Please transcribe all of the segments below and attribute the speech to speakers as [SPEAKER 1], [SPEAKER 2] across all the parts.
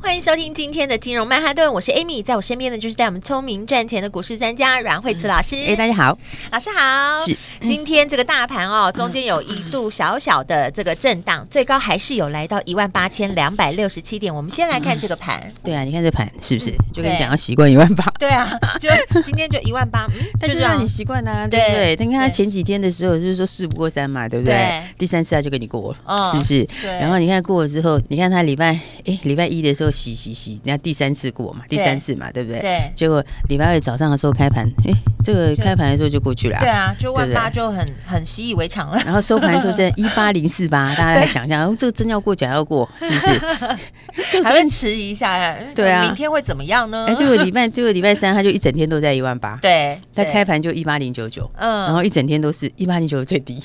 [SPEAKER 1] 欢迎收听今天的金融曼哈顿，我是 Amy，在我身边的就是带我们聪明赚钱的股市专家阮慧慈老师。
[SPEAKER 2] 哎、大家好，
[SPEAKER 1] 老师好。
[SPEAKER 2] 是
[SPEAKER 1] 今天这个大盘哦，中间有一度小小的这个震荡，最高还是有来到一万八千两百六十七点。我们先来看这个盘。
[SPEAKER 2] 对啊，你看这盘是不是、
[SPEAKER 1] 嗯
[SPEAKER 2] 就跟你讲要习惯一万 八？
[SPEAKER 1] 对啊，就今天就一万 八，嗯
[SPEAKER 2] 但就
[SPEAKER 1] 这样
[SPEAKER 2] 让你习惯啊，
[SPEAKER 1] 对
[SPEAKER 2] 对不对？但你看他
[SPEAKER 1] 对
[SPEAKER 2] 前几天的时候，就是说事不过三嘛，对不对？
[SPEAKER 1] 对
[SPEAKER 2] 第三次他就给你过了，
[SPEAKER 1] 嗯
[SPEAKER 2] 是不是？
[SPEAKER 1] 对
[SPEAKER 2] 然后你看过了之后，你看他礼拜哎礼拜一的时候洗洗洗，你看第三次过嘛，第
[SPEAKER 1] 对
[SPEAKER 2] 三次嘛，对不对？
[SPEAKER 1] 对
[SPEAKER 2] 结果礼拜二早上的时候开盘，哎，这个
[SPEAKER 1] 就
[SPEAKER 2] 开盘的时候就过去了、
[SPEAKER 1] 对。啊，就
[SPEAKER 2] 对
[SPEAKER 1] 万
[SPEAKER 2] 不对
[SPEAKER 1] 八就很很习以为常了。
[SPEAKER 2] 然后收盘的时候在一八零四八，大家来想一下，哦，这个真要过假要过，是不是？ 就
[SPEAKER 1] 还会迟疑一下，哎
[SPEAKER 2] 对啊
[SPEAKER 1] 明天会怎么样呢？
[SPEAKER 2] 哎，结果礼拜结果礼拜三他就一整天都在一万八，
[SPEAKER 1] 对，
[SPEAKER 2] 他
[SPEAKER 1] 对
[SPEAKER 2] 开盘就一八零九九，
[SPEAKER 1] 嗯
[SPEAKER 2] 然后一整天都是一八零九 最低，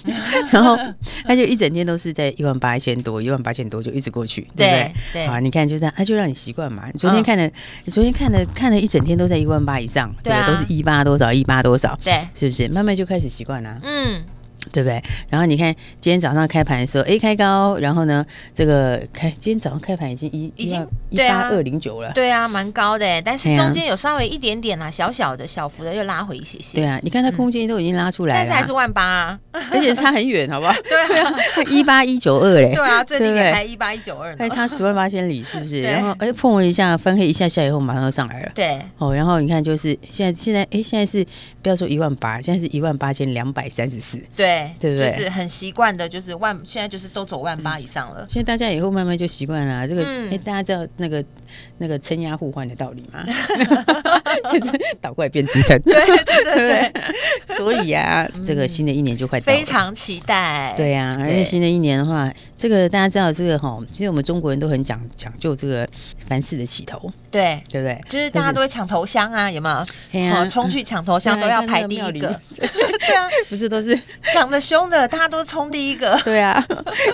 [SPEAKER 2] 然后他就一整天都是在一万八千多、一万八千多就一直过去，对不对？
[SPEAKER 1] 对对
[SPEAKER 2] 啊，你看就这样，他就让你习惯嘛。你昨天
[SPEAKER 1] 嗯
[SPEAKER 2] 看了，你昨天看了看了一整天都在一万八以上，
[SPEAKER 1] 对啊
[SPEAKER 2] 不都是一八多少一八多少，
[SPEAKER 1] 对，
[SPEAKER 2] 是不是？慢慢就开始习惯啦，
[SPEAKER 1] 嗯，
[SPEAKER 2] 对不对？然后你看今天早上开盘的时候，哎，开高，然后呢，这个开今天早上开盘已经一
[SPEAKER 1] 已经
[SPEAKER 2] 一
[SPEAKER 1] 对啊
[SPEAKER 2] 八二零九了，
[SPEAKER 1] 对啊，蛮高的耶，但
[SPEAKER 2] 哎
[SPEAKER 1] 是
[SPEAKER 2] 呀
[SPEAKER 1] 中间有稍微一点点啦，小小的小幅的又拉回一些些。
[SPEAKER 2] 对啊，你看它空间都已经拉出来
[SPEAKER 1] 嗯但
[SPEAKER 2] 了
[SPEAKER 1] 是还
[SPEAKER 2] 啊
[SPEAKER 1] 是，万八 啊，
[SPEAKER 2] 而且差很远，好不好？
[SPEAKER 1] 对啊，
[SPEAKER 2] 一八一九二嘞，
[SPEAKER 1] 对啊，最低
[SPEAKER 2] 对不对
[SPEAKER 1] 点才一八一九二呢
[SPEAKER 2] 还。差十万八千里，是不是？
[SPEAKER 1] 对
[SPEAKER 2] 然后哎，碰了一下，翻黑一下下以后，马上就上来了。
[SPEAKER 1] 对，
[SPEAKER 2] 哦，然后你看，就是现在，现在，哎，现在是不要说一万八，现在是一万八千两百三十四。
[SPEAKER 1] 对，
[SPEAKER 2] 对不对
[SPEAKER 1] 就是很习惯的，就是万，现在就是都走万八以上了。
[SPEAKER 2] 现在大家以后慢慢就习惯了啊、这个
[SPEAKER 1] 嗯
[SPEAKER 2] 哎、大家知道那个那个撑压互换的道理 吗？ 就是倒过来变支撑， 对
[SPEAKER 1] 对对对，嗯
[SPEAKER 2] 对。 所以啊，这个新的一年就快到 了，
[SPEAKER 1] 非常期待。
[SPEAKER 2] 对呀、而
[SPEAKER 1] 对
[SPEAKER 2] 且新的一年的话，这个大家知道，这个哈，其实我们中国人都很讲讲究这个凡事的起头，
[SPEAKER 1] 对，
[SPEAKER 2] 对不对？
[SPEAKER 1] 就是大家都会抢头香啊，有没有？
[SPEAKER 2] 嘿啊
[SPEAKER 1] 哦冲去抢头香
[SPEAKER 2] 对啊
[SPEAKER 1] 都要
[SPEAKER 2] 看那
[SPEAKER 1] 排
[SPEAKER 2] 个
[SPEAKER 1] 第
[SPEAKER 2] 庙
[SPEAKER 1] 一
[SPEAKER 2] 里
[SPEAKER 1] 个
[SPEAKER 2] 面，
[SPEAKER 1] 对啊，
[SPEAKER 2] 不是都是
[SPEAKER 1] 抢的凶的，大家都冲第一 个。
[SPEAKER 2] 对啊，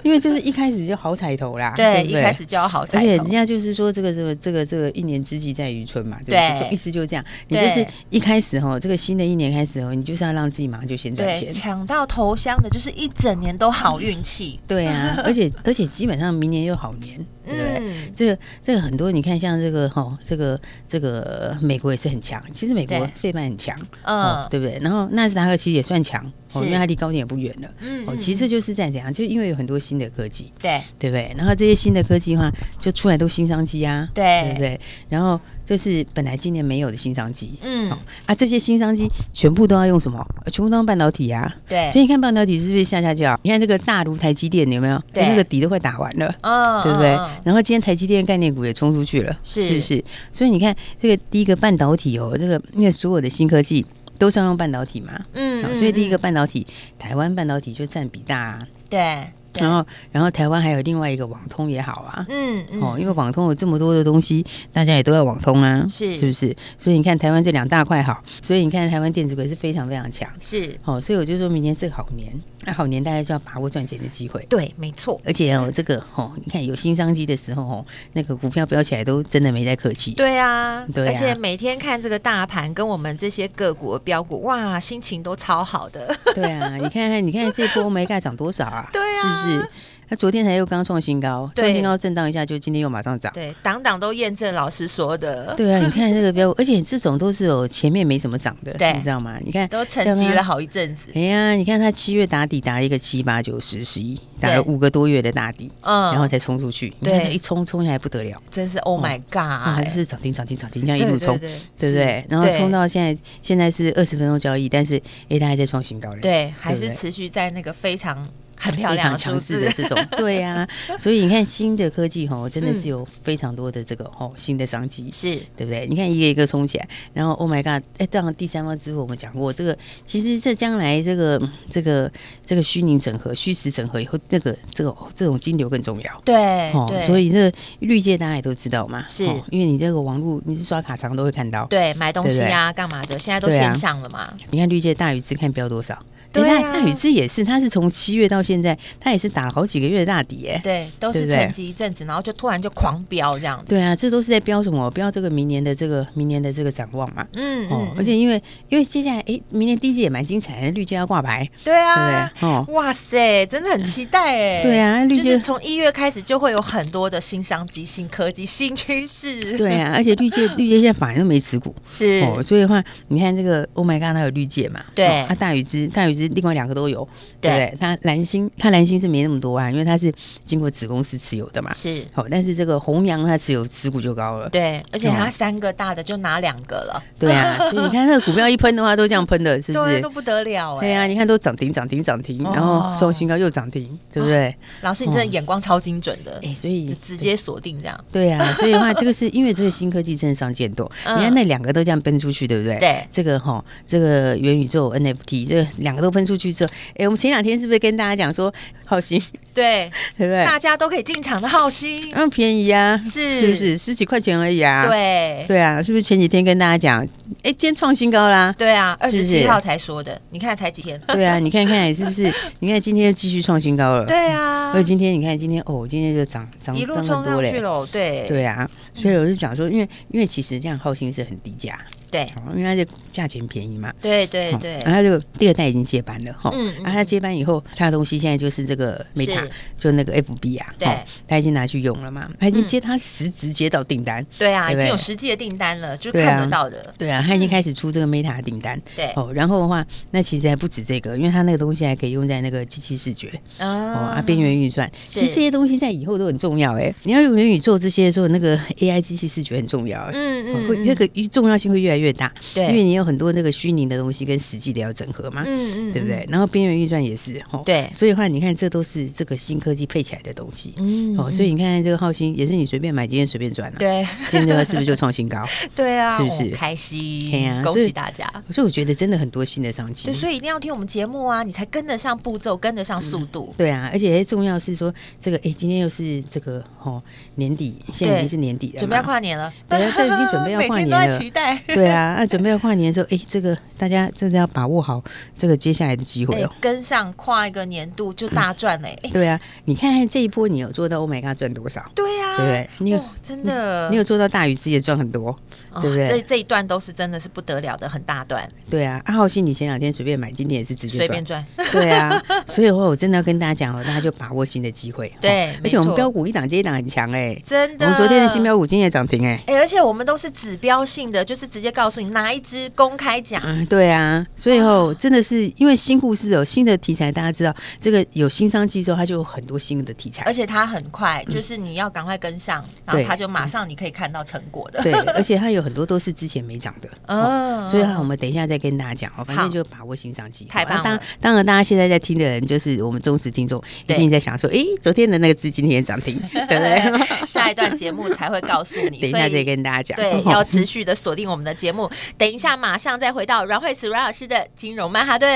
[SPEAKER 2] 因为就是一开始就好彩头啦，
[SPEAKER 1] 对，
[SPEAKER 2] 不
[SPEAKER 1] 一开。始就要好彩
[SPEAKER 2] 而
[SPEAKER 1] 头。
[SPEAKER 2] 且人家就是说，这个这个这个这个一年之计在于春嘛，对不
[SPEAKER 1] 对
[SPEAKER 2] 对？这种意思就这样，你就是
[SPEAKER 1] 对
[SPEAKER 2] 一开始哈，这个新的一年开始哦，你就是要让自己马上就先赚
[SPEAKER 1] 对，
[SPEAKER 2] 钱。
[SPEAKER 1] 抢到头香的，就是一整年都好运气。
[SPEAKER 2] 对 啊，而且而且基本上明年又好年，对不对？
[SPEAKER 1] 嗯，
[SPEAKER 2] 这个这个很多，你看像这个哈，这个这个美国也是很强，其实美国
[SPEAKER 1] 对
[SPEAKER 2] 费曼很强，哦
[SPEAKER 1] 嗯，
[SPEAKER 2] 对不对？然后纳斯达克其实也算强，
[SPEAKER 1] 是
[SPEAKER 2] 哦，因为它离高点也不远了。
[SPEAKER 1] 嗯
[SPEAKER 2] 哦，
[SPEAKER 1] 嗯
[SPEAKER 2] 其实这就是在怎样，就因为有很多新的科技，
[SPEAKER 1] 对
[SPEAKER 2] 对不对？然后这些新的科技的话，就出来都新商机啊，
[SPEAKER 1] 对
[SPEAKER 2] 对不对？然后就是本来今年没有的新商机，
[SPEAKER 1] 嗯
[SPEAKER 2] 哦啊，这些新商机全部都要用什么？呃全部都用半导体啊。
[SPEAKER 1] 对，
[SPEAKER 2] 所以你看半导体是不是下下叫？你看这个大如台积电有没有？
[SPEAKER 1] 对
[SPEAKER 2] 哎那个底都快打完了。
[SPEAKER 1] 嗯
[SPEAKER 2] 对不对
[SPEAKER 1] 嗯嗯？
[SPEAKER 2] 然后今天台积电概念股也冲出去了，
[SPEAKER 1] 是
[SPEAKER 2] 不是？所以你看这个第一个半导体哦，这个因为所有的新科技都是要用半导体嘛，
[SPEAKER 1] 嗯
[SPEAKER 2] 啊
[SPEAKER 1] 嗯
[SPEAKER 2] 所以第一个
[SPEAKER 1] 嗯
[SPEAKER 2] 半导体，台湾半导体就占比大、啊，
[SPEAKER 1] 对，对
[SPEAKER 2] 然后然后台湾还有另外一个网通也好啊。
[SPEAKER 1] 嗯嗯
[SPEAKER 2] 哦，因为网通有这么多的东西，大家也都要网通啊，
[SPEAKER 1] 是
[SPEAKER 2] 是不是？所以你看台湾这两大块好，所以你看台湾电子股也是非常非常强。
[SPEAKER 1] 是
[SPEAKER 2] 哦，所以我就说明年是个好年，那、好年大家就要把握赚钱的机会。
[SPEAKER 1] 对，没错，
[SPEAKER 2] 而且哦，这个哦，你看有新商机的时候哦，那个股票飙起来都真的没在客气。
[SPEAKER 1] 对啊，
[SPEAKER 2] 对啊
[SPEAKER 1] 而且每天看这个大盘跟我们这些个股的标股，哇，心情都超好的。
[SPEAKER 2] 对啊，你看看，你看这波 Omega 涨多少啊？
[SPEAKER 1] 对啊
[SPEAKER 2] 是不是？它昨天才又刚创新高，
[SPEAKER 1] 对
[SPEAKER 2] 创新高震荡一下，就今天又马上涨。
[SPEAKER 1] 对，党党都验证老师说 的，
[SPEAKER 2] 对啊，你看这个标，而且这种都是有前面没什么涨的，
[SPEAKER 1] 对
[SPEAKER 2] 你知道吗？你看
[SPEAKER 1] 都沉寂。了
[SPEAKER 2] 像它
[SPEAKER 1] 好一阵子。
[SPEAKER 2] 哎呀，你看它七月打底打了一个七八九十十一，打了
[SPEAKER 1] 对
[SPEAKER 2] 五个多月的大底，
[SPEAKER 1] 嗯，
[SPEAKER 2] 然后才冲出去。你
[SPEAKER 1] 对
[SPEAKER 2] 看它一冲冲起来不得了，
[SPEAKER 1] 真是 Oh my
[SPEAKER 2] 啊，它
[SPEAKER 1] God！哎
[SPEAKER 2] 就是涨停涨停涨停，这样一路冲，
[SPEAKER 1] 对对
[SPEAKER 2] 对不对
[SPEAKER 1] 是？
[SPEAKER 2] 然后
[SPEAKER 1] 对
[SPEAKER 2] 冲到现在，现在是二十分钟交易，但是哎，它还在创新高嘞。
[SPEAKER 1] 对，还是
[SPEAKER 2] 对
[SPEAKER 1] 持续在那个非常很漂
[SPEAKER 2] 非
[SPEAKER 1] 亮
[SPEAKER 2] 常
[SPEAKER 1] 的数
[SPEAKER 2] 强势
[SPEAKER 1] 字，
[SPEAKER 2] 的这种， 对呀、所以你看新的科技吼，真的
[SPEAKER 1] 嗯
[SPEAKER 2] 是有非常多的这个吼新的商机，
[SPEAKER 1] 是
[SPEAKER 2] 对不对？你看一个一个冲起来，然后 Oh my God！哎，当然第三方支付我们讲过，这个其实这将来这个嗯这个这个虚拟整合、虚实整合以后，那个这个这种金流更重要。哦
[SPEAKER 1] 对哎对，
[SPEAKER 2] 所以这个绿界大家也都知道嘛，
[SPEAKER 1] 是
[SPEAKER 2] 哦因为你这个网络你是刷卡常都会看到。
[SPEAKER 1] 对买东西
[SPEAKER 2] 对不对
[SPEAKER 1] 啊干嘛的，现在都
[SPEAKER 2] 对啊
[SPEAKER 1] 线上了嘛，
[SPEAKER 2] 你看绿界大禹之看标多少？
[SPEAKER 1] 对啊
[SPEAKER 2] 诶大大禹之也是，他是从七月到现在，他也是打了好几个月的大底哎。
[SPEAKER 1] 对，都
[SPEAKER 2] 对
[SPEAKER 1] 是
[SPEAKER 2] 不对
[SPEAKER 1] 沉寂一阵子，然后就突然就狂飙这样子，
[SPEAKER 2] 对啊，这都是在标什么？标这个明年的这个明年的这个展望嘛。
[SPEAKER 1] 嗯
[SPEAKER 2] 哦
[SPEAKER 1] 嗯，，
[SPEAKER 2] 而且因为因为接下来哎，明年第一季也蛮精彩的，绿界要挂牌，
[SPEAKER 1] 对
[SPEAKER 2] 对不
[SPEAKER 1] 啊。
[SPEAKER 2] 对？哦，
[SPEAKER 1] 哇塞，真的很期待哎！
[SPEAKER 2] 对啊绿
[SPEAKER 1] 就是
[SPEAKER 2] 界
[SPEAKER 1] 从一月开始就会有很多的新商机、新科技、新趋势。
[SPEAKER 2] 对啊，而且绿界绿界现在反而都没持股
[SPEAKER 1] 是，
[SPEAKER 2] 哦，所以的话，你看这个 Oh my God，它有绿界嘛，
[SPEAKER 1] 嗯对
[SPEAKER 2] 哦它大禹之大禹之另外两个都有，
[SPEAKER 1] 对
[SPEAKER 2] 对不对？它蓝星它蓝星是没那么多啊，因为它是经过子公司持有的嘛。
[SPEAKER 1] 是，
[SPEAKER 2] 好，但是这个红娘它持有持股就高了，
[SPEAKER 1] 对，而且它
[SPEAKER 2] 哦
[SPEAKER 1] 三个大的就拿两个了，
[SPEAKER 2] 对啊，所以你看那个股票一喷的话都这样喷的，是不
[SPEAKER 1] 对，
[SPEAKER 2] 是
[SPEAKER 1] 都？不得了哎、
[SPEAKER 2] 对啊，你看都涨停涨停涨停，
[SPEAKER 1] 哦
[SPEAKER 2] 然后收新高又涨停，对不对？
[SPEAKER 1] 老师，你真的眼光超精准的，
[SPEAKER 2] 哎，所以
[SPEAKER 1] 就直接锁定这样。
[SPEAKER 2] 对啊，所以的话，这个是因为这个新科技真的上见多，
[SPEAKER 1] 嗯
[SPEAKER 2] 你看那两个都这样奔出去，对不对？
[SPEAKER 1] 对
[SPEAKER 2] 这个哈，这个元宇宙 NFT，这个两个都奔出去之后，哎，我们前两天是不是跟大家讲说，好心，
[SPEAKER 1] 对，
[SPEAKER 2] 对不对？
[SPEAKER 1] 大家都可以进场的好心，
[SPEAKER 2] 那便宜啊，
[SPEAKER 1] 是
[SPEAKER 2] 是不是十几块钱而已啊？
[SPEAKER 1] 对
[SPEAKER 2] 对啊，是不是前几天跟大家讲，哎，今天创新高啦？
[SPEAKER 1] 对啊，二
[SPEAKER 2] 是
[SPEAKER 1] 十
[SPEAKER 2] 不
[SPEAKER 1] 七
[SPEAKER 2] 是
[SPEAKER 1] 号才说的，你看才几天？
[SPEAKER 2] 对啊， 你看看是不是？你看今天又继续创新高了。
[SPEAKER 1] 对啊
[SPEAKER 2] 而，且今天你看，今天哦，今天就涨涨
[SPEAKER 1] 一路
[SPEAKER 2] 涨
[SPEAKER 1] 冲
[SPEAKER 2] 很
[SPEAKER 1] 上
[SPEAKER 2] 多
[SPEAKER 1] 去
[SPEAKER 2] 嘞。
[SPEAKER 1] 了，对
[SPEAKER 2] 对啊，所以我就讲说，因为因为其实这样浩鑫是很低价，
[SPEAKER 1] 对
[SPEAKER 2] 哦因为它的价钱便宜嘛。
[SPEAKER 1] 对对
[SPEAKER 2] 哦
[SPEAKER 1] 对
[SPEAKER 2] 然后它就第二代已经接班了哈，
[SPEAKER 1] 嗯嗯
[SPEAKER 2] 然后他接班以后，他的东西现在就是这个 Meta，
[SPEAKER 1] 是
[SPEAKER 2] 就那个 FB 啊，
[SPEAKER 1] 对
[SPEAKER 2] 哦，他已经拿去用了嘛，他已经
[SPEAKER 1] 嗯
[SPEAKER 2] 接他实质接到订单，
[SPEAKER 1] 对啊，
[SPEAKER 2] 对
[SPEAKER 1] 已
[SPEAKER 2] 不对
[SPEAKER 1] 经有实际的订单了，就
[SPEAKER 2] 对啊
[SPEAKER 1] 看得到的，
[SPEAKER 2] 对啊，他已经开始出这个 Meta 的订单，
[SPEAKER 1] 嗯对
[SPEAKER 2] 哦，然后的话，那其实还不止这个，因为他那个东西还可以用在那个机器视觉，
[SPEAKER 1] 嗯
[SPEAKER 2] 哦啊，边缘运算，其实
[SPEAKER 1] 是
[SPEAKER 2] 这些东西在以后都很重要哎、你要用元宇宙这些的时候，那个 AI 机器视觉很重要哎、
[SPEAKER 1] 嗯
[SPEAKER 2] 哦
[SPEAKER 1] 嗯，
[SPEAKER 2] 会
[SPEAKER 1] 嗯
[SPEAKER 2] 那个重要性会越来越大，
[SPEAKER 1] 对
[SPEAKER 2] 因为你有很多那个虚拟的东西跟实际的要整合嘛，
[SPEAKER 1] 嗯嗯，
[SPEAKER 2] 对不对？然后边缘运算也是哦，
[SPEAKER 1] 对
[SPEAKER 2] 所以的话你看这都是这个新科技配起来的东西，
[SPEAKER 1] 嗯？嗯，
[SPEAKER 2] 哦，所以你看这个浩鑫也是你随便买，今天随便赚了、啊，
[SPEAKER 1] 对
[SPEAKER 2] 今天这个是不是就创新高？
[SPEAKER 1] 对啊，
[SPEAKER 2] 是不是
[SPEAKER 1] 哦开心？
[SPEAKER 2] 嘿啊
[SPEAKER 1] 恭
[SPEAKER 2] 所以嗯
[SPEAKER 1] 喜大家！
[SPEAKER 2] 所以我觉得真的很多新的商机
[SPEAKER 1] 对，，所以一定要听我们节目啊，你才跟得上步骤，跟得上速度。
[SPEAKER 2] 对啊，而且还重要是说这个哎，今天又是这个哦年底，现在已经是年底了嘛，
[SPEAKER 1] 准备要跨年了，
[SPEAKER 2] 大家都已经准 备要跨
[SPEAKER 1] 每天
[SPEAKER 2] 年
[SPEAKER 1] 都在
[SPEAKER 2] 了
[SPEAKER 1] 期。待。
[SPEAKER 2] 对啊，那准备要跨年的时候，哎、这个大家真的要把握好这个接下来的机会
[SPEAKER 1] 哎
[SPEAKER 2] 哦。
[SPEAKER 1] 跟上跨一个年度就大赚嘞！哎，
[SPEAKER 2] 对啊，你看看这一波，你有做到 Oh my God 赚多少？
[SPEAKER 1] 对啊，
[SPEAKER 2] 对不对你有
[SPEAKER 1] 哦真的，
[SPEAKER 2] 你有做到大禹之也赚很多，
[SPEAKER 1] 哦
[SPEAKER 2] 对不对
[SPEAKER 1] 这这一段都是真的是不得了的，很大段，
[SPEAKER 2] 对啊。阿浩信，你前两天随便买，今天也是直接
[SPEAKER 1] 随
[SPEAKER 2] 赚
[SPEAKER 1] 便，赚。
[SPEAKER 2] 对 啊。所以的话，我真的要跟大家讲哦，大家就把握新的机会。
[SPEAKER 1] 对
[SPEAKER 2] 哦
[SPEAKER 1] 没
[SPEAKER 2] 而且我们
[SPEAKER 1] 错
[SPEAKER 2] 标股一档接一档很强哎、
[SPEAKER 1] 真
[SPEAKER 2] 我
[SPEAKER 1] 的，
[SPEAKER 2] 们昨天的新标股今天也涨停哎、
[SPEAKER 1] 哎、而且我们都是指标性的，就是直接告诉你哪一支公开讲。
[SPEAKER 2] 嗯，对啊，所以哦，真的是因为新故事哦，新的题材，大家知道这个有新商机之后，它就有很多新的题材
[SPEAKER 1] 而。且它很快，就是你要赶快跟上，然后
[SPEAKER 2] 嗯对
[SPEAKER 1] 它就马上你可以看到成果的。
[SPEAKER 2] 对，而且它有很多都是之前没涨的，
[SPEAKER 1] 嗯
[SPEAKER 2] 哦，所以哈，我们等一下再跟大家讲哦，反
[SPEAKER 1] 好
[SPEAKER 2] 正就把握新商机。
[SPEAKER 1] 太
[SPEAKER 2] 好啊
[SPEAKER 1] 棒了
[SPEAKER 2] 当当然，大家现在在听的人，就是我们忠实听众，一
[SPEAKER 1] 对
[SPEAKER 2] 定在想说，诶，昨天的那个字今天也涨停，对不 对？
[SPEAKER 1] 下一段节目才会告诉你。
[SPEAKER 2] 等一
[SPEAKER 1] 所
[SPEAKER 2] 下
[SPEAKER 1] 以
[SPEAKER 2] 再跟大家讲。哦
[SPEAKER 1] 对，
[SPEAKER 2] 好
[SPEAKER 1] 要持续的锁定我们的节目。等一下，马上再回到阮慧慈阮老师的金融曼哈顿。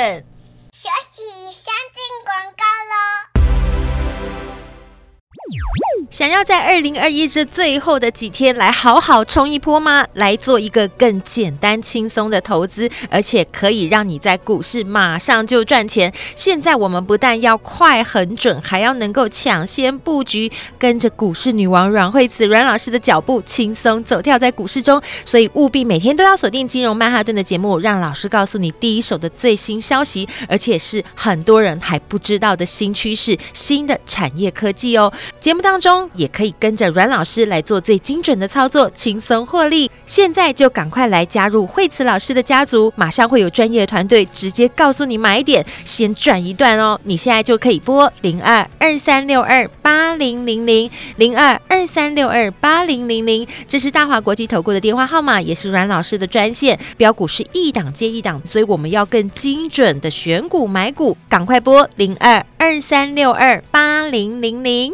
[SPEAKER 3] 学习相进广告喽。
[SPEAKER 1] 想要在二零二一这最后的几天来好好冲一波吗？来做一个更简单轻松的投资，而且可以让你在股市马上就赚钱。现在我们不但要快很准，还要能够抢先布局，跟着股市女王阮慧慈阮老师的脚步，轻松走跳在股市中。所以务必每天都要锁定《金融曼哈顿》的节目，让老师告诉你第一手的最新消息，而且是很多人还不知道的新趋势、新的产业科技哦。节目当中也可以跟着阮老师来做最精准的操作，轻松获利。现在就赶快来加入惠慈老师的家族，马上会有专业团队直接告诉你买点，先赚一段哦。你现在就可以拨零二二三六二八零零零零二二三六二八零零零，这是大华国际投顾的电话号码，也是阮老师的专线。标股是一档接一档，所以我们要更精准的选股买股，赶快拨零二。二三六二八零零零。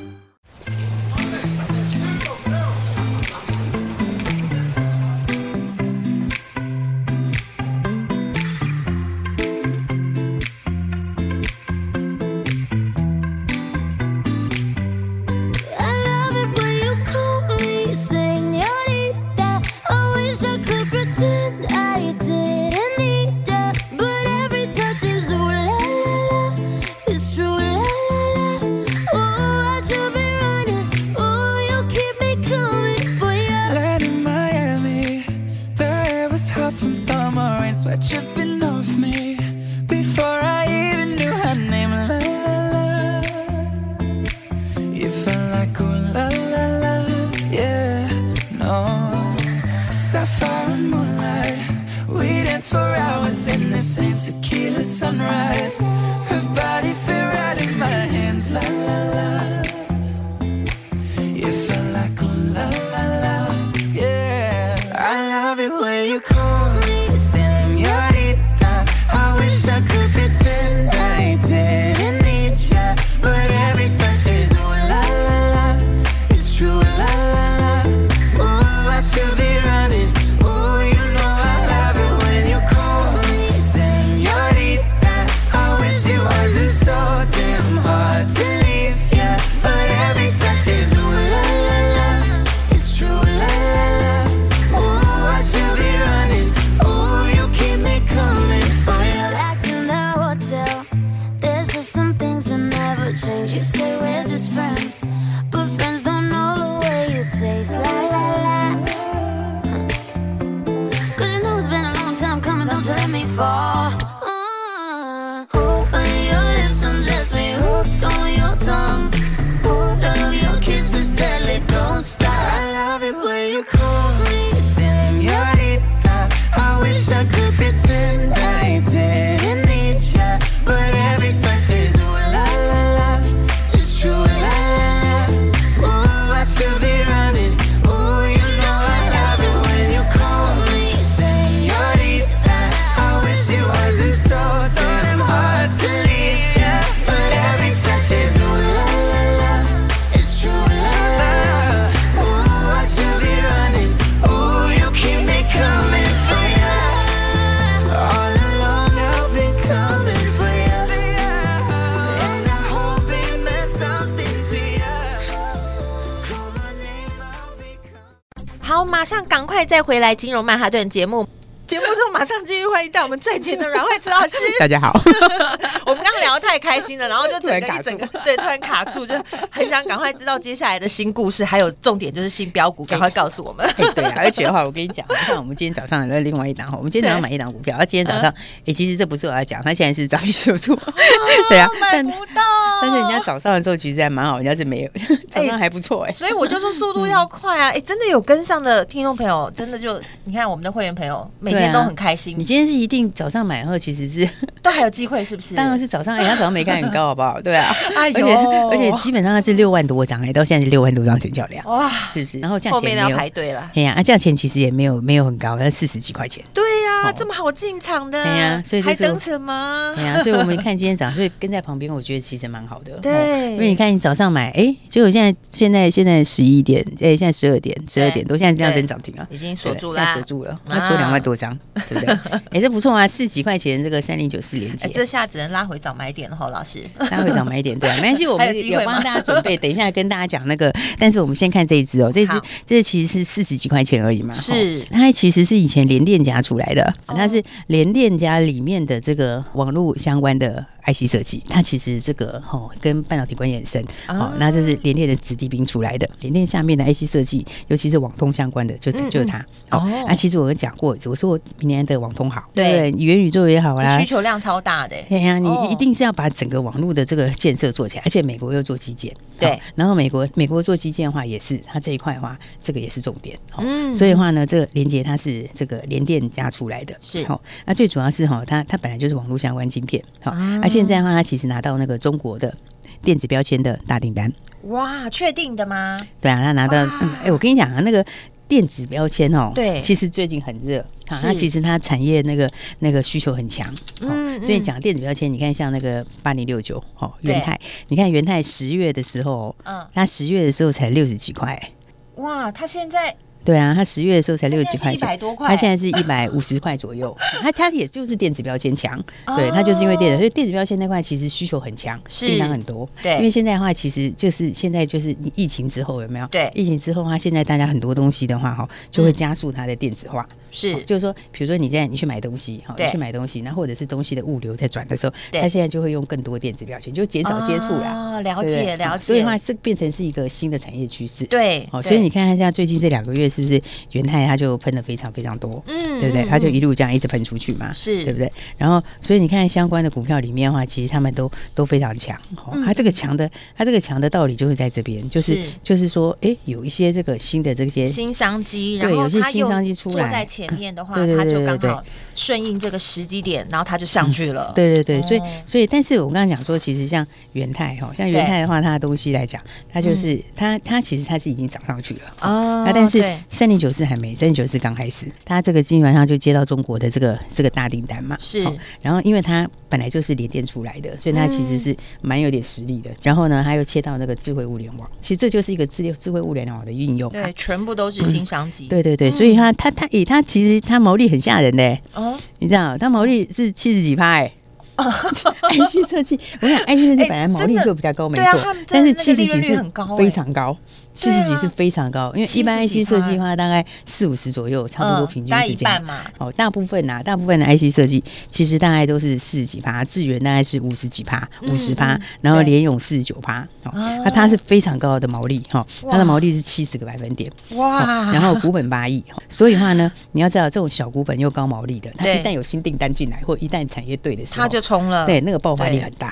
[SPEAKER 4] I love it when you call me señorita. I wish I could pretend I didn't need ya, but every touch is ooh la la la, it's true la la la. Oh, I should be running. Oh, you keep me coming for ya.
[SPEAKER 5] Let in Miami, the air was hot from summer rain, sweat dripping off me. Before I even knew her name, la la la. You felt like ooh la la la, yeah, no. Sapphire and moonlight, we danced for hours in the same tequila sunrise. Her body fit right in my hands, la la la. You felt like ooh la la la, yeah. I love it when you call me señorita. I wish I could pretend I didn't need ya, but every touch is ooh la la la. It's true la la la. Ooh, I should be running. Ooh, you know I love it when you call me señorita. I wish it wasn't so damn hard to leave ya, but every touch is ooh la la la. It's true, la la la. Ooh, I should be running. Ooh, you keep me coming for you.
[SPEAKER 4] Back to the hotel. There's just some things that never change. You say we're just friends, but friends don't know the way you taste. La la la. Cause you know it's been a long time coming, don't you let me fall. Uh, when your lips undress me, hooked on your tongue. Ooh, love your kisses, deadly, don't stop.
[SPEAKER 5] I love it when you call me señorita. I wish I could pretend I didn't need ya, but every touch is ooh la la la. It's true la la la. Ooh, I should be running. Ooh, you know I love it when you call me señorita. I wish it wasn't so so damn hard to leave ya, but every touch is ooh la la la. It's true la la la. Ooh, I should be running. Ooh, you keep me coming for ya. All along I've been coming for ya. And I hope it meant something to ya. Call my name, I'll be coming.
[SPEAKER 1] 好，马上赶快再回来《金融曼哈顿》节目。节目中马上继续欢迎到我们赚钱的阮慧慈老 师。
[SPEAKER 2] 大家好，
[SPEAKER 1] 我们刚刚聊得太开心了，然后就整
[SPEAKER 2] 突
[SPEAKER 1] 个
[SPEAKER 2] 然卡
[SPEAKER 1] 一
[SPEAKER 2] 住
[SPEAKER 1] 整个对突然卡住，就很想赶快知道接下来的新故事，还有重点就是新标股，赶快告诉我们。
[SPEAKER 2] 嘿对啊，而且的话，我跟你讲，你看我们今天早上在另外一档，我们今天早上
[SPEAKER 1] 对嗯
[SPEAKER 2] 买一档股 票，而今天早上，哎、其实这不是我要讲，它现在是涨起指数，对啊，
[SPEAKER 1] 哦买
[SPEAKER 2] 但
[SPEAKER 1] 不到，
[SPEAKER 2] 但是人家早上的时候其实还蛮好，人家是没有，早上还不错哎、
[SPEAKER 1] 所以我就说速度要快啊！哎、真的有跟上的听众朋友，真的就你看我们的会员朋友，每天
[SPEAKER 2] 对
[SPEAKER 1] 都
[SPEAKER 2] 啊
[SPEAKER 1] 很开心，
[SPEAKER 2] 你今天是一定早上买后，其实是
[SPEAKER 1] 都还有机会，是不是？
[SPEAKER 2] 当然是早上，哎人家早上没看很高，好不好？对啊，
[SPEAKER 1] 哎
[SPEAKER 2] 而
[SPEAKER 1] 呦，
[SPEAKER 2] 且而且基本上它是六万多张哎，到现在是六万多张成交量，
[SPEAKER 1] 哇，
[SPEAKER 2] 是不是？然后价
[SPEAKER 1] 哦后
[SPEAKER 2] 钱
[SPEAKER 1] 面要
[SPEAKER 2] 没有，
[SPEAKER 1] 排队了。
[SPEAKER 2] 哎呀，啊价钱其实也没有没有很高，才四十几块钱。
[SPEAKER 1] 对呀、
[SPEAKER 2] 哦
[SPEAKER 1] 这么好哎进场的，
[SPEAKER 2] 对呀所以
[SPEAKER 1] 还
[SPEAKER 2] 这是
[SPEAKER 1] 等什么
[SPEAKER 2] 哎？呀，所以我们看今天早上，所以跟在旁边，我觉得其实蛮好的。哦
[SPEAKER 1] 对
[SPEAKER 2] 因为你看你早上买，哎，结果现在现在现在十一点，哎，现在十二点，十二点多，现在这样
[SPEAKER 1] 对
[SPEAKER 2] 等涨停啊，
[SPEAKER 1] 已经锁住
[SPEAKER 2] 对现
[SPEAKER 1] 啦啊
[SPEAKER 2] 在锁，住了，那锁两万多张，对不对？哎，这不错啊，四几块钱这个三零九四连
[SPEAKER 1] 哎、
[SPEAKER 2] 接，
[SPEAKER 1] 这下只能拉回早买点了，吼，老师。
[SPEAKER 2] 大家会想买一点，对、啊，没关系，我
[SPEAKER 1] 还有
[SPEAKER 2] 们
[SPEAKER 1] 机
[SPEAKER 2] 有
[SPEAKER 1] 会吗
[SPEAKER 2] 帮大家准备，等一下跟大家讲那个， 但是我们先看这一只哦，这一只
[SPEAKER 1] 好
[SPEAKER 2] 这其实是四十几块钱而已嘛，
[SPEAKER 1] 是
[SPEAKER 2] 吼它其实是以前联电家出来的，
[SPEAKER 1] 哦
[SPEAKER 2] 它是联电家里面的这个网络相关的 IC 设计，它其实这个哦跟半导体关系很深，哦
[SPEAKER 1] 哦啊，
[SPEAKER 2] 那这是联电的子弟兵出来的，联电下面的 IC 设计，尤其是网通相关的，就
[SPEAKER 1] 嗯
[SPEAKER 2] 就是它，
[SPEAKER 1] 哦
[SPEAKER 2] 哦，啊，其实我有讲过，我说明年的网通好，
[SPEAKER 1] 对
[SPEAKER 2] 不元宇宙也好啊啦，
[SPEAKER 1] 需求量超大的、
[SPEAKER 2] 对呀、
[SPEAKER 1] 哦
[SPEAKER 2] 你一定是要把整个网络的这个建设做起来，而且美国又做基建，
[SPEAKER 1] 对
[SPEAKER 2] 好然后美国美国做基建的话，也是它这一块的话，这个也是重点，好
[SPEAKER 1] 嗯
[SPEAKER 2] 所以的话呢，这个连接它是这个联电加出来的，
[SPEAKER 1] 是
[SPEAKER 2] 好，那最主要是哈，它它本来就是网络相关晶片，好，
[SPEAKER 1] 啊
[SPEAKER 2] 那、现在的话，它其实拿到那个中国的电子标签的大订单，
[SPEAKER 1] 哇，确定的吗？
[SPEAKER 2] 对啊，他拿到，嗯哎、我跟你讲啊，那个电子标签哦，
[SPEAKER 1] 对
[SPEAKER 2] 其实最近很热，好，
[SPEAKER 1] 是
[SPEAKER 2] 那其实它产业那个那个需求很强，哦
[SPEAKER 1] 嗯
[SPEAKER 2] 所以
[SPEAKER 1] 嗯
[SPEAKER 2] 讲电子标签，你看像那个八零六九，哦，
[SPEAKER 1] 对
[SPEAKER 2] 元泰，你看元泰十月的时候，哦
[SPEAKER 1] 嗯，
[SPEAKER 2] 它十月的时候才六十几块、
[SPEAKER 1] 哇，他现在
[SPEAKER 2] 对啊，它十月的时候才六几
[SPEAKER 1] 它现在
[SPEAKER 2] 块
[SPEAKER 1] 是100
[SPEAKER 2] 钱，
[SPEAKER 1] 多块
[SPEAKER 2] 它现在是一百五十块 左右。它它也就是电子标签强，对，
[SPEAKER 1] 哦
[SPEAKER 2] 它就是因为电子，所以电子标签那块其实需求很强，
[SPEAKER 1] 是
[SPEAKER 2] 订单很多。
[SPEAKER 1] 对
[SPEAKER 2] 因为现在的话，其实就是现在就是你疫情之后有没有？
[SPEAKER 1] 对
[SPEAKER 2] 疫情之后的话，现在大家很多东西的话哈，就会加速它的电子化。
[SPEAKER 1] 是、
[SPEAKER 2] 哦就是说，比如说你在你去买东西，哈，
[SPEAKER 1] 嗯对
[SPEAKER 2] 你去买东西，那或者是东西的物流在转的时候，
[SPEAKER 1] 对
[SPEAKER 2] 它现在就会用更多电子标签，就减少接触啦。
[SPEAKER 1] 啊，了
[SPEAKER 2] 对不对
[SPEAKER 1] 解了解，
[SPEAKER 2] 所以的话，这变成是一个新的产业趋势。
[SPEAKER 1] 对，
[SPEAKER 2] 哦，
[SPEAKER 1] 对
[SPEAKER 2] 所以你看看现在最近这两个月是不是元泰它就喷的非常非常多，
[SPEAKER 1] 嗯
[SPEAKER 2] 对不对？
[SPEAKER 1] 嗯
[SPEAKER 2] 它就一路这样一直喷出去嘛，
[SPEAKER 1] 是
[SPEAKER 2] 对不对？然后，所以你看相关的股票里面的话，其实他们都都非常强。哦，它这个强的，它这个强的道理就是在这边，就是
[SPEAKER 1] 嗯是
[SPEAKER 2] 就是说，哎，有一些这个新的这些
[SPEAKER 1] 新商机，
[SPEAKER 2] 对
[SPEAKER 1] 然后
[SPEAKER 2] 有些
[SPEAKER 1] 他
[SPEAKER 2] 新
[SPEAKER 1] 又
[SPEAKER 2] 商机出
[SPEAKER 1] 坐
[SPEAKER 2] 来
[SPEAKER 1] 在前面的话，
[SPEAKER 2] 对对
[SPEAKER 1] 他就
[SPEAKER 2] 对对
[SPEAKER 1] 刚
[SPEAKER 2] 对嗯
[SPEAKER 1] 好顺应这个时机点，然后他就上去了。
[SPEAKER 2] 对对对，所以
[SPEAKER 1] 哦
[SPEAKER 2] 所以，但是我刚刚讲说，其实像元泰哈，像元泰的话，它的东西来讲，它就是、
[SPEAKER 1] 嗯
[SPEAKER 2] 它它其实它是已经涨上去了
[SPEAKER 1] 哦
[SPEAKER 2] 啊那但是
[SPEAKER 1] 对
[SPEAKER 2] 三零九四还没，三零九四刚开始，它这个基本上就接到中国的这个这个大订单嘛，
[SPEAKER 1] 是
[SPEAKER 2] 哦然后因为它本来就是联电出来的，所以它其实
[SPEAKER 1] 嗯
[SPEAKER 2] 是蛮有点实力的。然后呢，它又切到那个智慧物联网，其实这就是一个智智慧物联网的运用、啊
[SPEAKER 1] 对，。嗯全部都是新商机。
[SPEAKER 2] 对对对，所以它它它，诶，它其实它毛利很吓人的、
[SPEAKER 1] 嗯，
[SPEAKER 2] 你知道，它毛利是七十几趴哎。IC 设计，我想哎 IC 设计本来毛利就比较高，没
[SPEAKER 1] 哦哎真的对啊
[SPEAKER 2] 错
[SPEAKER 1] 他们，
[SPEAKER 2] 但
[SPEAKER 1] 真的那
[SPEAKER 2] 是
[SPEAKER 1] 个
[SPEAKER 2] 七十
[SPEAKER 1] 利
[SPEAKER 2] 几
[SPEAKER 1] 润率
[SPEAKER 2] 是
[SPEAKER 1] 很高哎
[SPEAKER 2] 非常高，七
[SPEAKER 1] 对啊
[SPEAKER 2] 十几是非常高，因为一般
[SPEAKER 1] 70几
[SPEAKER 2] IC 设计的话大概四五十左右，差不多
[SPEAKER 1] 嗯
[SPEAKER 2] 平均
[SPEAKER 1] 大概
[SPEAKER 2] 是
[SPEAKER 1] 一
[SPEAKER 2] 这样
[SPEAKER 1] 半。嘛。
[SPEAKER 2] 哦，大部分啊，大部分的 IC 设计其实大概都是四十几趴，智源大概是五十几趴，五十趴
[SPEAKER 1] 嗯，
[SPEAKER 2] 然后
[SPEAKER 1] 对
[SPEAKER 2] 联咏四十九趴，哦，那它是非常高的毛利哈，它
[SPEAKER 1] 哇
[SPEAKER 2] 的毛利是七十个百分点，
[SPEAKER 1] 哇，
[SPEAKER 2] 哦然后股本八亿，哦所以的 话呢，你要知道这种小股本又高毛利的，它
[SPEAKER 1] 对
[SPEAKER 2] 一旦有新订单进来，或一旦产业对的时候，
[SPEAKER 1] 他就冲了。
[SPEAKER 2] 对，那个爆发力很大。哦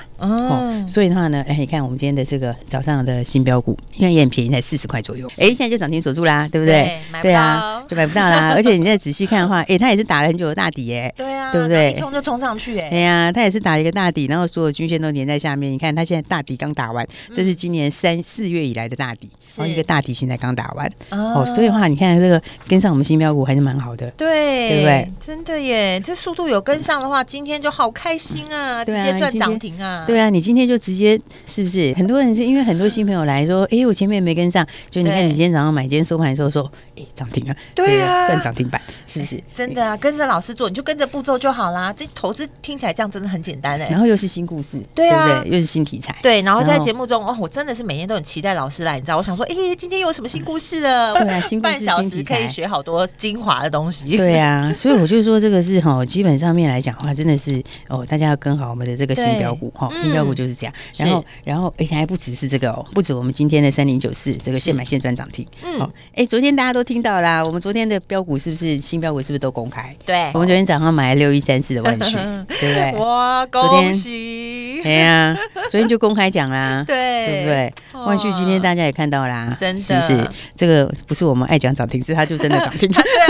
[SPEAKER 1] 嗯，，
[SPEAKER 2] 所以的话呢，哎，你看我们今天的这个早上的新标股，因为也很便宜，才四十块左右，哎，现在就涨停锁住啦，对不
[SPEAKER 1] 对
[SPEAKER 2] 对
[SPEAKER 1] 买？不
[SPEAKER 2] 对
[SPEAKER 1] 到
[SPEAKER 2] 啊，就买不到啦。而且你再仔细看的话，哎，它也是打了很久的大 底耶。
[SPEAKER 1] 对啊，
[SPEAKER 2] 对不
[SPEAKER 1] 那
[SPEAKER 2] 对
[SPEAKER 1] 一冲就冲上去哎、
[SPEAKER 2] 哎呀，它也是打了一个大底，然后所有均线都粘在下面。你看它现在大底刚打完，这是今年三四月以来的大底，然后
[SPEAKER 1] 嗯是
[SPEAKER 2] 一个大底现在刚打完。
[SPEAKER 1] 哦
[SPEAKER 2] 哦，所以的话，你看这个跟上我们新标股还是蛮好的。
[SPEAKER 1] 对，
[SPEAKER 2] 对不对？
[SPEAKER 1] 真的耶，这速度有跟上的话，今天就好开心啊，直
[SPEAKER 2] 对啊
[SPEAKER 1] 接赚
[SPEAKER 2] 今天
[SPEAKER 1] 涨停啊！
[SPEAKER 2] 对啊，你今天就直接是不是？很多人是因为很多新朋友来说，哎、我前面没跟上，就你
[SPEAKER 1] 对
[SPEAKER 2] 看你今天早上买，今天收盘的时候说，哎、涨停啊，
[SPEAKER 1] 对啊
[SPEAKER 2] 赚涨停板，是不是？
[SPEAKER 1] 真的啊，跟着老师做，你就跟着步骤就好啦。这投资听起来这样真的很简单哎、
[SPEAKER 2] 然后又是新故事，
[SPEAKER 1] 对啊
[SPEAKER 2] 不对？又是新题材，
[SPEAKER 1] 对，然后在
[SPEAKER 2] 然后
[SPEAKER 1] 节目中哦，我真的是每天都很期待老师来，你知道，我想说，诶，今天有什么新故事了？
[SPEAKER 2] 对啊新故事
[SPEAKER 1] 半小
[SPEAKER 2] 新
[SPEAKER 1] 时
[SPEAKER 2] 题
[SPEAKER 1] 可以
[SPEAKER 2] 材
[SPEAKER 1] 学好多精华的东 西。
[SPEAKER 2] 对啊，所以我就说这个是哈，基本上面来讲的话，真的是哦，大家要跟好我们的这个新
[SPEAKER 1] 对
[SPEAKER 2] 标股哈，
[SPEAKER 1] 嗯
[SPEAKER 2] 新标股就是这样。然后，然后而且还不只是这个哦，不止我们今天的三零九四这个现买现赚涨停。
[SPEAKER 1] 嗯
[SPEAKER 2] 哦，哎，昨天大家都听到啦，我们昨天的标股是不是新标股是不是都公开？
[SPEAKER 1] 对
[SPEAKER 2] 我们昨天早上买了六一三四的万旭，对不对？
[SPEAKER 1] 哇，
[SPEAKER 2] 昨天
[SPEAKER 1] 恭喜！去。，
[SPEAKER 2] 哎呀，昨天就公开讲啦
[SPEAKER 1] 对
[SPEAKER 2] 对不对？万旭今天大家也看到啦，
[SPEAKER 1] 真的
[SPEAKER 2] 是不是？这个不是我们爱讲涨停，是它就真的涨 停。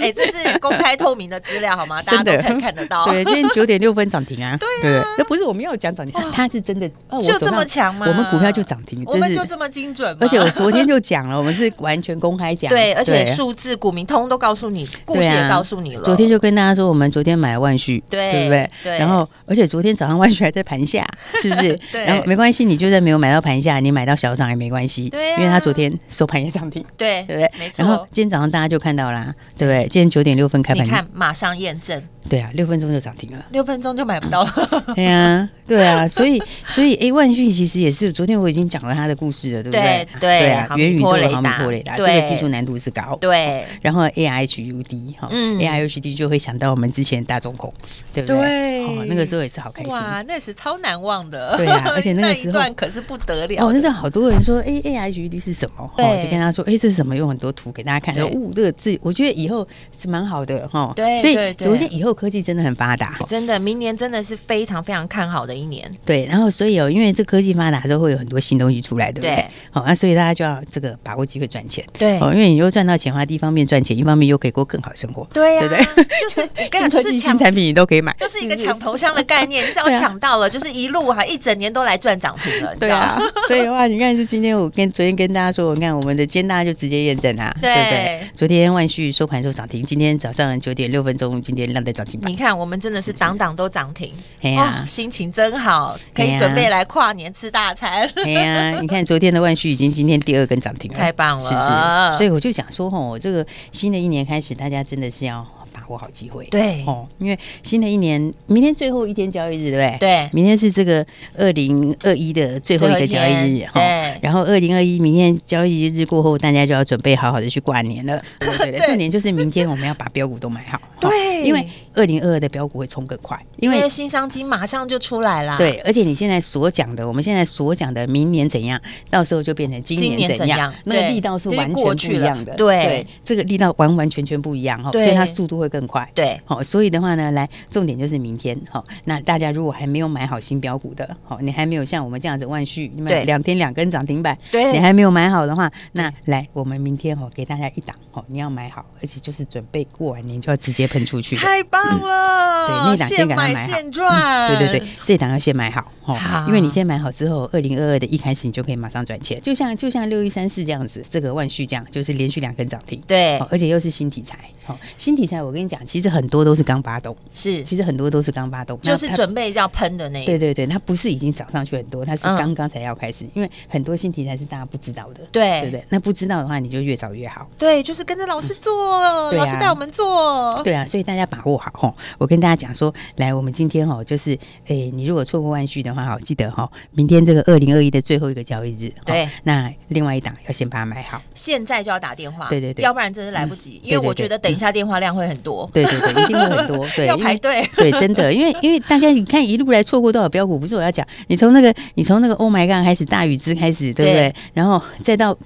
[SPEAKER 1] 哎、这是公开透明的资料好吗？大家
[SPEAKER 2] 真
[SPEAKER 1] 都
[SPEAKER 2] 的
[SPEAKER 1] 可以看得到。
[SPEAKER 2] 对，今天九点六分涨停 啊，对不对，那不是我们要讲涨停，它是真的，哦我
[SPEAKER 1] 就
[SPEAKER 2] 手
[SPEAKER 1] 这么
[SPEAKER 2] 上
[SPEAKER 1] 强吗？
[SPEAKER 2] 我们股票就涨停，
[SPEAKER 1] 我们
[SPEAKER 2] 真
[SPEAKER 1] 就是这么精准吗，
[SPEAKER 2] 而且我昨天就讲了，我们是完全公开讲，
[SPEAKER 1] 对，而且数字、股民通通都告诉你，故事
[SPEAKER 2] 对
[SPEAKER 1] 也
[SPEAKER 2] 啊
[SPEAKER 1] 告诉你了。
[SPEAKER 2] 昨天就跟大家说，我们昨天买万旭，
[SPEAKER 1] 对
[SPEAKER 2] 对不对？
[SPEAKER 1] 对
[SPEAKER 2] 然后，而且昨天早上万旭还在
[SPEAKER 1] ？
[SPEAKER 2] 盘下，是不是
[SPEAKER 1] 对
[SPEAKER 2] 然后没关系，你就算没有买到盘下，你买到小涨也没关系，
[SPEAKER 1] 对啊
[SPEAKER 2] 因为它昨天收盘也涨停，
[SPEAKER 1] 对
[SPEAKER 2] 对不对？
[SPEAKER 1] 没错。
[SPEAKER 2] 然后今天早上大家就看到啦，对不对？今天九点六分开
[SPEAKER 1] 你看
[SPEAKER 2] 盘，，
[SPEAKER 1] 马上验证，
[SPEAKER 2] 对啊，六分钟就涨停了。
[SPEAKER 1] 六分钟就买不到了。
[SPEAKER 2] 对啊，对啊，所以所以哎，万讯其实也是，昨天我已经讲了他的故事了，对不对？
[SPEAKER 1] 对对
[SPEAKER 2] 啊
[SPEAKER 1] 航，母
[SPEAKER 2] 元宇宙
[SPEAKER 1] 波雷
[SPEAKER 2] 的
[SPEAKER 1] 达
[SPEAKER 2] 航母波雷达，这
[SPEAKER 1] 对
[SPEAKER 2] 个技术难度是高，
[SPEAKER 1] 对
[SPEAKER 2] 然后 A I H U D 哈
[SPEAKER 1] 嗯
[SPEAKER 2] ，A I H D 就会想到我们之前的大众孔，对不对？
[SPEAKER 1] 对
[SPEAKER 2] 哦，那个时候也是好开心。
[SPEAKER 1] 哇，那是超难忘的。
[SPEAKER 2] 对 啊而且那个时候
[SPEAKER 1] 一段可是不得了的。
[SPEAKER 2] 哦，那时候好多人说，哎，A I H U D 是什么？
[SPEAKER 1] 对
[SPEAKER 2] 哦，就跟他说，哎，这是什么？用很多图给大家看，
[SPEAKER 1] 对
[SPEAKER 2] 说，哦，这个字，我觉得以后是蛮好的哈。哦
[SPEAKER 1] 对
[SPEAKER 2] 所以
[SPEAKER 1] 对对
[SPEAKER 2] 我觉得以后科技真的很发达。
[SPEAKER 1] 真的，明年真的是非常非常看好的一年。
[SPEAKER 2] 对，然后所以哦，因为这科技发达之后会有很多新东西出来，对不对
[SPEAKER 1] 对？
[SPEAKER 2] 好、那所以大家就要这个把握机会赚钱。
[SPEAKER 1] 对
[SPEAKER 2] 哦，因为你又赚到钱的话，一方面赚钱，一方面又可以过更好的生活。
[SPEAKER 1] 对呀、
[SPEAKER 2] 对不 对？
[SPEAKER 1] 就是我 跟你讲，
[SPEAKER 2] 新
[SPEAKER 1] 就
[SPEAKER 2] 科
[SPEAKER 1] 是
[SPEAKER 2] 技
[SPEAKER 1] 抢
[SPEAKER 2] 新，产品你都可以买，嗯
[SPEAKER 1] 都是一个
[SPEAKER 2] 不
[SPEAKER 1] 抢头香的概念。你只要
[SPEAKER 2] 对啊
[SPEAKER 1] 抢到了，就是一路啊哈、一整年都来赚涨停了。你知
[SPEAKER 2] 对
[SPEAKER 1] 道
[SPEAKER 2] 啊
[SPEAKER 1] 吗，
[SPEAKER 2] 所以的话，你看是今天我跟昨天跟大家说，你看我们的今天大家就直接验证啦，
[SPEAKER 1] 对
[SPEAKER 2] 不对？昨天万旭收盘时候涨停，今天早上九点六分钟，今天让在涨停板
[SPEAKER 1] 你，看，我们真的是档档都涨停，
[SPEAKER 2] 哎呀
[SPEAKER 1] 哦，心情真好，可
[SPEAKER 2] 哎
[SPEAKER 1] 以
[SPEAKER 2] 呀
[SPEAKER 1] 准备来跨年吃大餐。
[SPEAKER 2] 哎呀，你看昨天的万旭已经今天第二根涨停 了，
[SPEAKER 1] 太棒了
[SPEAKER 2] 是啊不是？所以我就想说，吼，这个新的一年开始，大家真的是要把握好机会，
[SPEAKER 1] 对
[SPEAKER 2] 哦，因为新的一年，明天最后一天交易日，对不对？
[SPEAKER 1] 对
[SPEAKER 2] 明天是这个二零二一的最后一个交易日，
[SPEAKER 1] 最后一天对
[SPEAKER 2] 然后二零二一明天交易日过后，大家就要准备好好的去挂年 了。对对对，重点就是明天我们要把标股都买好，哦
[SPEAKER 1] 对
[SPEAKER 2] 因为二零二二的标股会冲更快，
[SPEAKER 1] 因
[SPEAKER 2] 因为
[SPEAKER 1] 为新商机马上就出来啦。
[SPEAKER 2] 对，而且你现在所讲的，我们现在所讲的明年怎样，到时候就变成今
[SPEAKER 1] 今年
[SPEAKER 2] 年
[SPEAKER 1] 怎
[SPEAKER 2] 怎
[SPEAKER 1] 样
[SPEAKER 2] 样，那个
[SPEAKER 1] 对
[SPEAKER 2] 力道是
[SPEAKER 1] 就是
[SPEAKER 2] 完
[SPEAKER 1] 过
[SPEAKER 2] 全
[SPEAKER 1] 去
[SPEAKER 2] 不一
[SPEAKER 1] 了
[SPEAKER 2] 样的。
[SPEAKER 1] 对
[SPEAKER 2] 这个力道完完全全不一样哈，哦所以它
[SPEAKER 1] 对
[SPEAKER 2] 速度会更快。
[SPEAKER 1] 对
[SPEAKER 2] 好、所以的话呢，来重点就是明天好、那大家如果还没有买好新标股的，好、你还没有像我们这样子万续，你
[SPEAKER 1] 对哎
[SPEAKER 2] 买两天两根涨停板，
[SPEAKER 1] 对
[SPEAKER 2] 你还没有买好的话，那来我们明天哦给大家一档哦，你要买好，而且就是准备过完年就要直接喷出去的。
[SPEAKER 1] 太棒了！
[SPEAKER 2] 嗯对，那档
[SPEAKER 1] 现
[SPEAKER 2] 先给它
[SPEAKER 1] 买
[SPEAKER 2] 买
[SPEAKER 1] 呃
[SPEAKER 2] 好，嗯
[SPEAKER 1] 现赚、
[SPEAKER 2] 对对对，这档要先买好哦
[SPEAKER 1] 好，
[SPEAKER 2] 因为你先买好之后，二零二二的一开始你就可以马上赚钱，就像就像六一三四这样子，这个万旭这样，就是连续两根涨停。
[SPEAKER 1] 对
[SPEAKER 2] 哦而且又是新题材，哦，新题材我跟你讲，其实很多都是刚发动，
[SPEAKER 1] 是
[SPEAKER 2] 其实很多都是刚发动，
[SPEAKER 1] 嗯就是
[SPEAKER 2] 那它
[SPEAKER 1] 准备要喷的那一
[SPEAKER 2] 对对对，它不是已经涨上去很多，它是
[SPEAKER 1] 嗯
[SPEAKER 2] 刚刚才要开始，因为很多新题材是大家不知道的，
[SPEAKER 1] 对
[SPEAKER 2] 对不对？那不知道的话，你就越早越好。
[SPEAKER 1] 对，就是跟着老师做，
[SPEAKER 2] 对啊
[SPEAKER 1] 老师带我们做。
[SPEAKER 2] 对啊，所以大家把握好吼。我跟大家讲说，来，我们今天哦，就是诶、你如果错过万旭的话，哈，记得哈，明天这个二零二一的最后一个交易日，吼
[SPEAKER 1] 对，
[SPEAKER 2] 那另外一档要先把它买好。
[SPEAKER 1] 现在就要打电话，
[SPEAKER 2] 对对对嗯
[SPEAKER 1] 要不然真是来不及，因为
[SPEAKER 2] 对对
[SPEAKER 1] 我觉得
[SPEAKER 2] 对
[SPEAKER 1] 等一下电话量会很多。
[SPEAKER 2] 对对对，一定会很 多，对，
[SPEAKER 1] 要
[SPEAKER 2] 因为
[SPEAKER 1] 排 队
[SPEAKER 2] 对，真的，因为因为大家你看一路来错过多少标股，不是我要讲，你从那个你从那个 Oh my God 开始，大禹之开始，对不对？然后再到。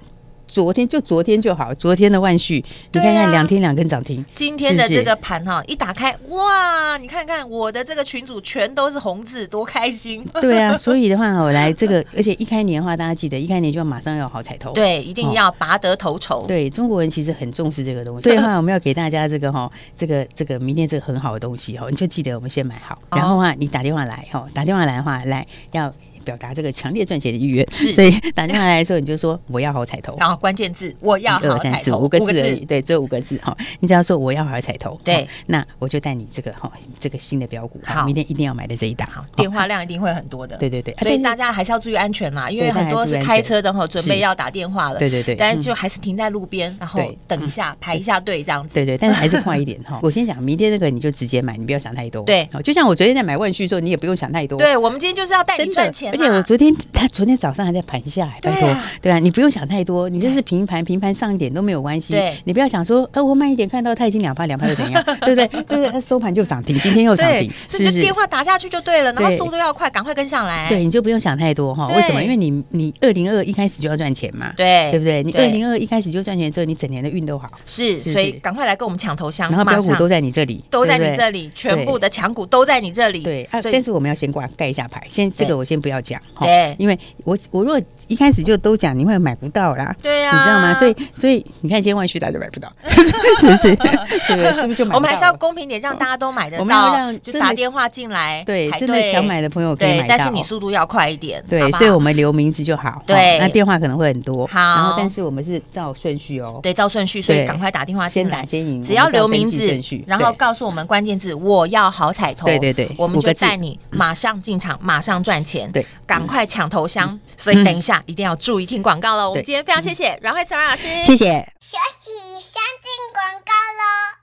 [SPEAKER 2] 昨天就昨天就好，昨天的万旭，你
[SPEAKER 1] 对
[SPEAKER 2] 看
[SPEAKER 1] 啊
[SPEAKER 2] 看两天两根涨停，
[SPEAKER 1] 今天的
[SPEAKER 2] 是不
[SPEAKER 1] 这
[SPEAKER 2] 是
[SPEAKER 1] 个盘哈，一打开，哇，你看看我的这个群组全都是红字，多开心！
[SPEAKER 2] 对啊，所以的话，我来这个，而且一开年的话，大家记得一开年就要马上要有好彩头。
[SPEAKER 1] 对，一定要拔得头筹。
[SPEAKER 2] 对，中国人其实很重视这个东西。哦对的话，我们要给大家这个哈，这个这个明天这个很好的东西哈，你就记得我们先买好，然后的话你打电话来哈，打电话来的话来要。表达这个强烈赚钱的意愿，所以打电话来的时候，你就说我要好彩头，
[SPEAKER 1] 然后关键字我要
[SPEAKER 2] 一
[SPEAKER 1] 好
[SPEAKER 2] 二三
[SPEAKER 1] 彩
[SPEAKER 2] 四
[SPEAKER 1] 头，
[SPEAKER 2] 五个字而已，对，只有五个字哈。你只要说我要好彩头，
[SPEAKER 1] 对
[SPEAKER 2] 哦，那我就带你这个哈，这个新的标股，
[SPEAKER 1] 好
[SPEAKER 2] 好，明天一定要买的这一档，
[SPEAKER 1] 好
[SPEAKER 2] 好，
[SPEAKER 1] 电话量一定会很多的。
[SPEAKER 2] 对对对啊
[SPEAKER 1] 所以
[SPEAKER 2] 但是
[SPEAKER 1] 大家还是要注意安全啦，因为
[SPEAKER 2] 对大家
[SPEAKER 1] 很多
[SPEAKER 2] 还是
[SPEAKER 1] 是
[SPEAKER 2] 注意
[SPEAKER 1] 开
[SPEAKER 2] 安全
[SPEAKER 1] 车的哈，准备
[SPEAKER 2] 是
[SPEAKER 1] 要打电话了。
[SPEAKER 2] 对对对
[SPEAKER 1] 但是
[SPEAKER 2] 嗯
[SPEAKER 1] 就还是停在路边，然后
[SPEAKER 2] 对嗯
[SPEAKER 1] 等一下排一下队这样子。
[SPEAKER 2] 对对，但是还是快一点 哈。我先讲，明天那个你就直接买，你不要想太多。
[SPEAKER 1] 对
[SPEAKER 2] 好就像我昨天在买万旭的时候，你也不用想太多。
[SPEAKER 1] 对，我们今天就是要带你
[SPEAKER 2] 真的，
[SPEAKER 1] 赚钱啊
[SPEAKER 2] 而且我昨天他昨天早上还在盘下，拜
[SPEAKER 1] 对
[SPEAKER 2] 托
[SPEAKER 1] 啊，
[SPEAKER 2] 对啊，你不用想太多，你就是平盘，平盘上一点都没有关系。
[SPEAKER 1] 对
[SPEAKER 2] 你不要想说，呃，我慢一点看到它已经两趴，两趴又怎样， 对不对？对不对？它收盘就涨停，今天又涨
[SPEAKER 1] 对
[SPEAKER 2] 停，，
[SPEAKER 1] 所以
[SPEAKER 2] 是
[SPEAKER 1] 你
[SPEAKER 2] 不
[SPEAKER 1] 就是电？话打下去就对了，然后
[SPEAKER 2] 对
[SPEAKER 1] 速度要快，赶快跟上来。
[SPEAKER 2] 对，你就不用想太多哈。
[SPEAKER 1] 对
[SPEAKER 2] 为什么？因为你你二零二一开始就要赚钱嘛，
[SPEAKER 1] 对
[SPEAKER 2] 对不对？你二
[SPEAKER 1] 对
[SPEAKER 2] 零二一开始就赚钱之后，你整年的运都好，
[SPEAKER 1] 是，
[SPEAKER 2] 是
[SPEAKER 1] 所以
[SPEAKER 2] 是
[SPEAKER 1] 赶快来跟我们抢头香，
[SPEAKER 2] 然后
[SPEAKER 1] 马
[SPEAKER 2] 标股
[SPEAKER 1] 上
[SPEAKER 2] 都在你这里，
[SPEAKER 1] 都在
[SPEAKER 2] 对不
[SPEAKER 1] 你
[SPEAKER 2] 对
[SPEAKER 1] 这里，全部的强股都在你这里。
[SPEAKER 2] 对啊，
[SPEAKER 1] 所以
[SPEAKER 2] 但是我们要先挂盖一下牌，先这
[SPEAKER 1] 对
[SPEAKER 2] 个我先不要讲哈
[SPEAKER 1] 对
[SPEAKER 2] 因为我我如果一开始就都讲，你会买不到啦，
[SPEAKER 1] 对啊
[SPEAKER 2] 你知道吗？所以所以你看今天万旭大就买 不到，是不是？对不对？是不是就买不到了？
[SPEAKER 1] 我们还是要公平点，让大家都买得
[SPEAKER 2] 我们要
[SPEAKER 1] 到，
[SPEAKER 2] 让
[SPEAKER 1] 就
[SPEAKER 2] 真的
[SPEAKER 1] 打电话进来，
[SPEAKER 2] 对
[SPEAKER 1] 排
[SPEAKER 2] 真的
[SPEAKER 1] 队
[SPEAKER 2] 想买的朋友可以
[SPEAKER 1] 对
[SPEAKER 2] 买，到，
[SPEAKER 1] 但是你速度要快一点，好
[SPEAKER 2] 对，
[SPEAKER 1] 不好
[SPEAKER 2] 所以我们留名字就好，
[SPEAKER 1] 对
[SPEAKER 2] 哈那电话可能会很多，
[SPEAKER 1] 好
[SPEAKER 2] 然后但是我们是照顺序哦，
[SPEAKER 1] 对照顺序，所以
[SPEAKER 2] 对
[SPEAKER 1] 赶快打电话进
[SPEAKER 2] 先
[SPEAKER 1] 来
[SPEAKER 2] 打。先赢，
[SPEAKER 1] 只要
[SPEAKER 2] 我们照
[SPEAKER 1] 留名
[SPEAKER 2] 登记
[SPEAKER 1] 字
[SPEAKER 2] 顺序，
[SPEAKER 1] 然后
[SPEAKER 2] 对
[SPEAKER 1] 告诉我们关键字，我要好彩头。
[SPEAKER 2] 对对对
[SPEAKER 1] 我们
[SPEAKER 2] 五
[SPEAKER 1] 就
[SPEAKER 2] 个字
[SPEAKER 1] 带你马上进场，马上赚钱。
[SPEAKER 2] 对，嗯
[SPEAKER 1] 赶快抢头香。所以等一下一定要注意听广告了。我们
[SPEAKER 2] 对嗯
[SPEAKER 1] 今天非常谢谢阮慧慈阮老师，
[SPEAKER 2] 谢谢。
[SPEAKER 3] 休息一下，进广告喽。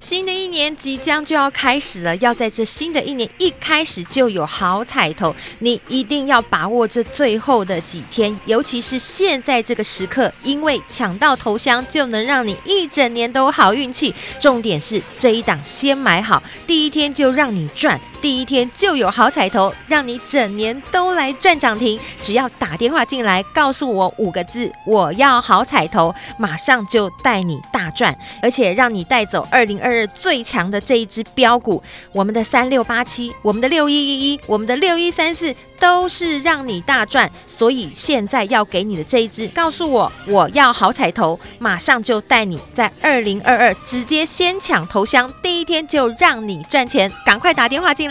[SPEAKER 1] 新的一年即将就要开始了，要在这新的一年一开始就有好彩头，你一定要把握这最后的几天，尤其是现在这个时刻，因为抢到头香就能让你一整年都好运气。重点是这一档先买好，第一天就让你赚，第一天就有好彩头，让你整年都来赚涨停。只要打电话进来，告诉我五个字，我要好彩头，马上就带你大赚，而且让你带走二零二二最强的这一只标股，我们的三六八七，我们的六一一一，我们的六一三四。都是让你大赚，所以现在要给你的这一支，告诉我我要好彩头，马上就带你在二零二二直接先抢头香，第一天就让你赚钱，赶快打电话进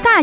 [SPEAKER 6] 大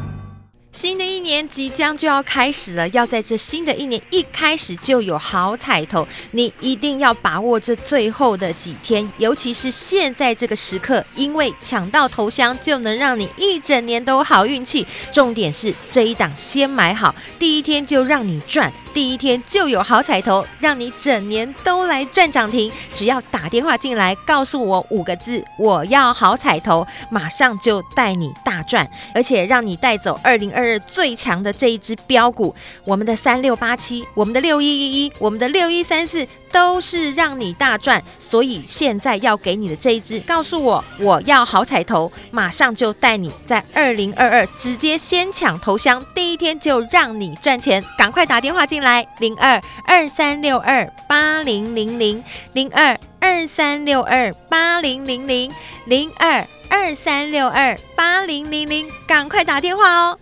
[SPEAKER 1] 新的一年即将就要开始了，要在这新的一年一开始就有好彩头，你一定要把握这最后的几天，尤其是现在这个时刻，因为抢到头香就能让你一整年都好运气。重点是这一档先买好，第一天就让你赚，第一天就有好彩头，让你整年都来赚涨停。只要打电话进来，告诉我五个字，我要好彩头，马上就带你大赚。而且让你带走二零二二最强的这一只标股，我们的三六八七，我们的六一一一，我们的六一三四，都是让你大赚。所以现在要给你的这一只，告诉我我要好彩头，马上就带你在二零二二直接先抢头香，第一天就让你赚钱，赶快打电话进来零二二三六二八零零零零二二三六二八零零零。零二二三六二八零零零，赶快打电话哦！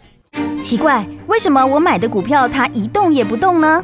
[SPEAKER 6] 奇怪，为什么我买的股票它一动也不动呢？